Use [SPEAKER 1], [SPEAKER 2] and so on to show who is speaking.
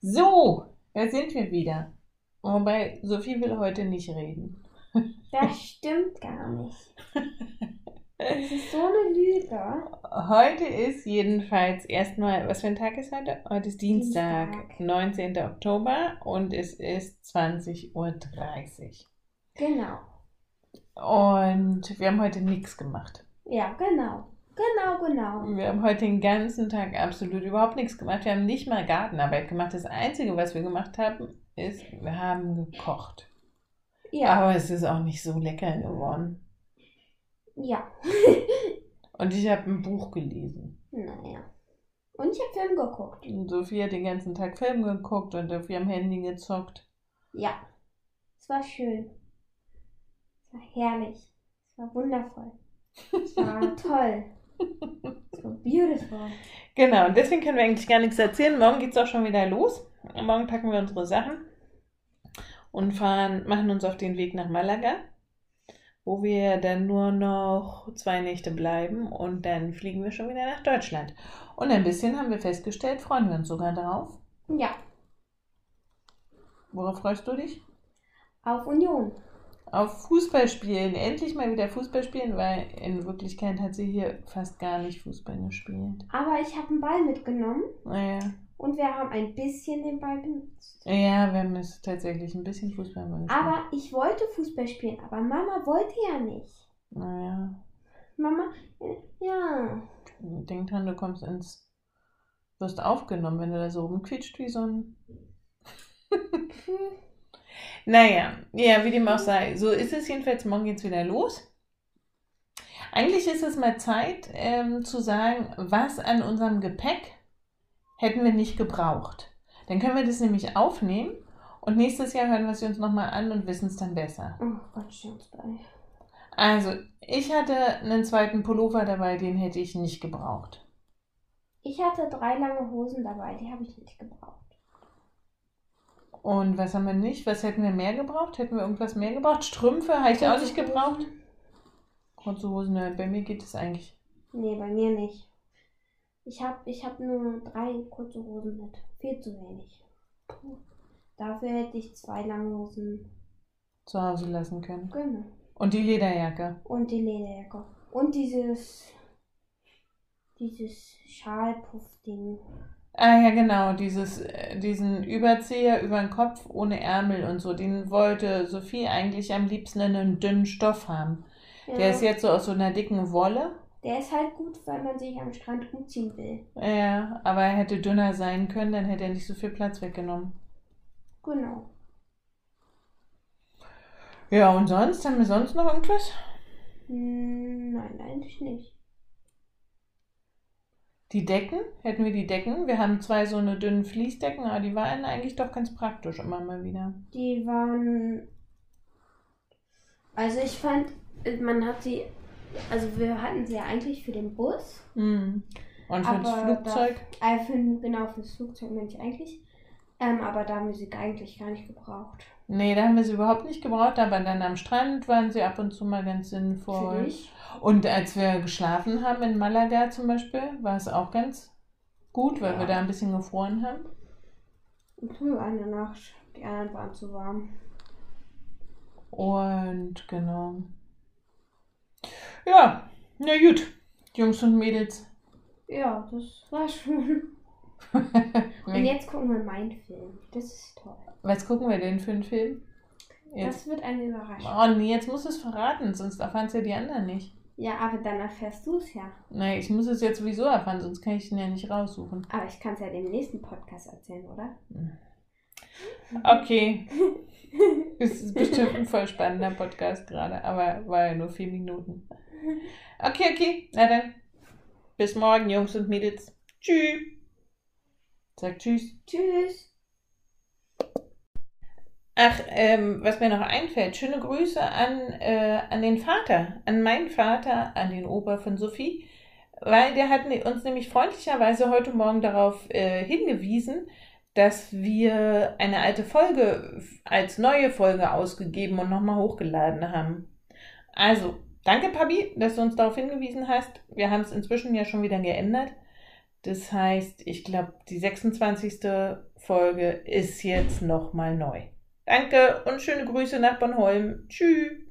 [SPEAKER 1] So, da sind wir wieder. Wobei, Sophie will heute nicht reden.
[SPEAKER 2] Das stimmt gar nicht. Das ist so eine Lüge.
[SPEAKER 1] Heute ist jedenfalls erstmal, was für ein Tag ist heute? Heute ist Dienstag,
[SPEAKER 2] Dienstag.
[SPEAKER 1] 19. Oktober und es ist 20.30 Uhr.
[SPEAKER 2] Genau.
[SPEAKER 1] Und wir haben heute nichts gemacht.
[SPEAKER 2] Ja, genau. Genau, genau.
[SPEAKER 1] Wir haben heute den ganzen Tag absolut überhaupt nichts gemacht. Wir haben nicht mal Gartenarbeit gemacht. Das Einzige, was wir gemacht haben, ist, wir haben gekocht.
[SPEAKER 2] Ja,
[SPEAKER 1] Aber es ist auch nicht so lecker geworden.
[SPEAKER 2] ja.
[SPEAKER 1] Und ich habe ein Buch gelesen.
[SPEAKER 2] Naja. Und ich habe Film geguckt.
[SPEAKER 1] Und Sophie hat den ganzen Tag Film geguckt und Sophie am Handy gezockt.
[SPEAKER 2] Ja. Es war schön. Es war herrlich. Es war wundervoll. Es war toll. Es war beautiful.
[SPEAKER 1] Genau, und deswegen können wir eigentlich gar nichts erzählen. Morgen geht's auch schon wieder los. Morgen packen wir unsere Sachen und fahren, machen uns auf den Weg nach Malaga, wo wir dann nur noch zwei Nächte bleiben und dann fliegen wir schon wieder nach Deutschland. Und ein bisschen haben wir festgestellt, freuen wir uns sogar drauf.
[SPEAKER 2] Ja,
[SPEAKER 1] Worauf freust du dich?
[SPEAKER 2] auf Union.
[SPEAKER 1] Auf Fußball spielen. Endlich mal wieder Fußball spielen, weil in Wirklichkeit hat sie hier fast gar nicht Fußball gespielt.
[SPEAKER 2] Aber ich habe einen Ball mitgenommen
[SPEAKER 1] Naja.
[SPEAKER 2] und wir haben ein bisschen den Ball benutzt.
[SPEAKER 1] Ja, wir haben jetzt tatsächlich ein bisschen Fußball mal gespielt.
[SPEAKER 2] Aber ich wollte Fußball spielen, aber Mama wollte ja nicht.
[SPEAKER 1] Naja,
[SPEAKER 2] Mama, ja.
[SPEAKER 1] denk dran, du kommst ins. wirst aufgenommen, wenn du da so rumquietscht wie so ein. Naja, ja, wie dem auch sei. So ist es jedenfalls. Morgen geht's wieder los. Eigentlich ist es mal Zeit, ähm, zu sagen, was an unserem Gepäck hätten wir nicht gebraucht. Dann können wir das nämlich aufnehmen und nächstes Jahr hören wir es uns nochmal an und wissen es dann besser.
[SPEAKER 2] Oh Gott, stimmt's bei.
[SPEAKER 1] Also, ich hatte einen zweiten Pullover dabei, den hätte ich nicht gebraucht.
[SPEAKER 2] Ich hatte drei lange Hosen dabei, die habe ich nicht gebraucht.
[SPEAKER 1] Und was haben wir nicht? Was hätten wir mehr gebraucht? Hätten wir irgendwas mehr gebraucht? Strümpfe hätte ich auch nicht gebraucht. Kurze Hosen, ne, bei mir geht es eigentlich.
[SPEAKER 2] Nee, bei mir nicht. Ich habe ich hab nur drei kurze Hosen mit. Viel zu wenig. Dafür hätte ich zwei lange Hosen.
[SPEAKER 1] zu Hause lassen können.
[SPEAKER 2] Genau.
[SPEAKER 1] Und die Lederjacke.
[SPEAKER 2] Und die Lederjacke. Und dieses. Dieses Schalpuff-Ding.
[SPEAKER 1] Ah ja, genau, dieses, äh, diesen Überzieher über den Kopf ohne Ärmel und so, den wollte Sophie eigentlich am liebsten in einem dünnen Stoff haben.
[SPEAKER 2] Ja.
[SPEAKER 1] Der ist jetzt so aus so einer dicken Wolle,
[SPEAKER 2] Der ist halt gut, weil man sich am Strand umziehen will.
[SPEAKER 1] ja, aber er hätte dünner sein können, dann hätte er nicht so viel Platz weggenommen.
[SPEAKER 2] Genau.
[SPEAKER 1] Ja, und sonst? Haben wir sonst noch irgendwas?
[SPEAKER 2] Hm, nein, eigentlich nicht.
[SPEAKER 1] Die Decken? Hätten wir die Decken? Wir haben zwei so eine dünnen Fließdecken, aber die waren eigentlich doch ganz praktisch immer mal wieder.
[SPEAKER 2] Die waren. Also ich fand, man hat sie. Also wir hatten sie ja eigentlich für den Bus.
[SPEAKER 1] Mhm. Und für das
[SPEAKER 2] Hm. Aber
[SPEAKER 1] Flugzeug?
[SPEAKER 2] Äh, für, genau, fürs Flugzeug meine ich eigentlich. Ähm, aber da haben wir sie eigentlich gar nicht gebraucht.
[SPEAKER 1] Nee, da haben wir sie überhaupt nicht gebraucht, aber dann am Strand waren sie ab und zu mal ganz
[SPEAKER 2] Für
[SPEAKER 1] sinnvoll.
[SPEAKER 2] dich.
[SPEAKER 1] Und als wir geschlafen haben in Malaga zum Beispiel, war es auch ganz gut, weil
[SPEAKER 2] Ja.
[SPEAKER 1] wir da ein bisschen gefroren haben.
[SPEAKER 2] Und nur eine Nacht. Die anderen waren zu warm.
[SPEAKER 1] Und genau. Ja, na gut. Jungs und Mädels.
[SPEAKER 2] Ja, das war schön. Und jetzt gucken wir meinen Film. Das ist toll.
[SPEAKER 1] Was gucken wir denn für einen Film? Jetzt.
[SPEAKER 2] Das wird eine Überraschung.
[SPEAKER 1] Oh nee, jetzt musst du es verraten, sonst erfahren es ja die anderen nicht.
[SPEAKER 2] Ja, aber dann erfährst du es ja.
[SPEAKER 1] Nee, ich muss es jetzt sowieso erfahren, sonst kann ich ihn ja nicht raussuchen.
[SPEAKER 2] Aber ich kann es ja dem nächsten Podcast erzählen, oder?
[SPEAKER 1] Okay. Es ist bestimmt ein voll spannender Podcast gerade, aber war ja nur vier Minuten. Okay, okay. Na dann. Bis morgen, Jungs und Mädels. Tschüss. Sag Tschüss.
[SPEAKER 2] Tschüss.
[SPEAKER 1] Ach, ähm, was mir noch einfällt, schöne Grüße an, äh, an den Vater, an meinen Vater, an den Opa von Sophie, weil der hat ne- uns nämlich freundlicherweise heute Morgen darauf äh, hingewiesen, dass wir eine alte Folge f- als neue Folge ausgegeben und nochmal hochgeladen haben. Also, danke, Papi, dass du uns darauf hingewiesen hast. Wir haben es inzwischen ja schon wieder geändert. Das heißt, ich glaube, die 26. Folge ist jetzt nochmal neu. Danke und schöne Grüße nach Bornholm. Tschüss.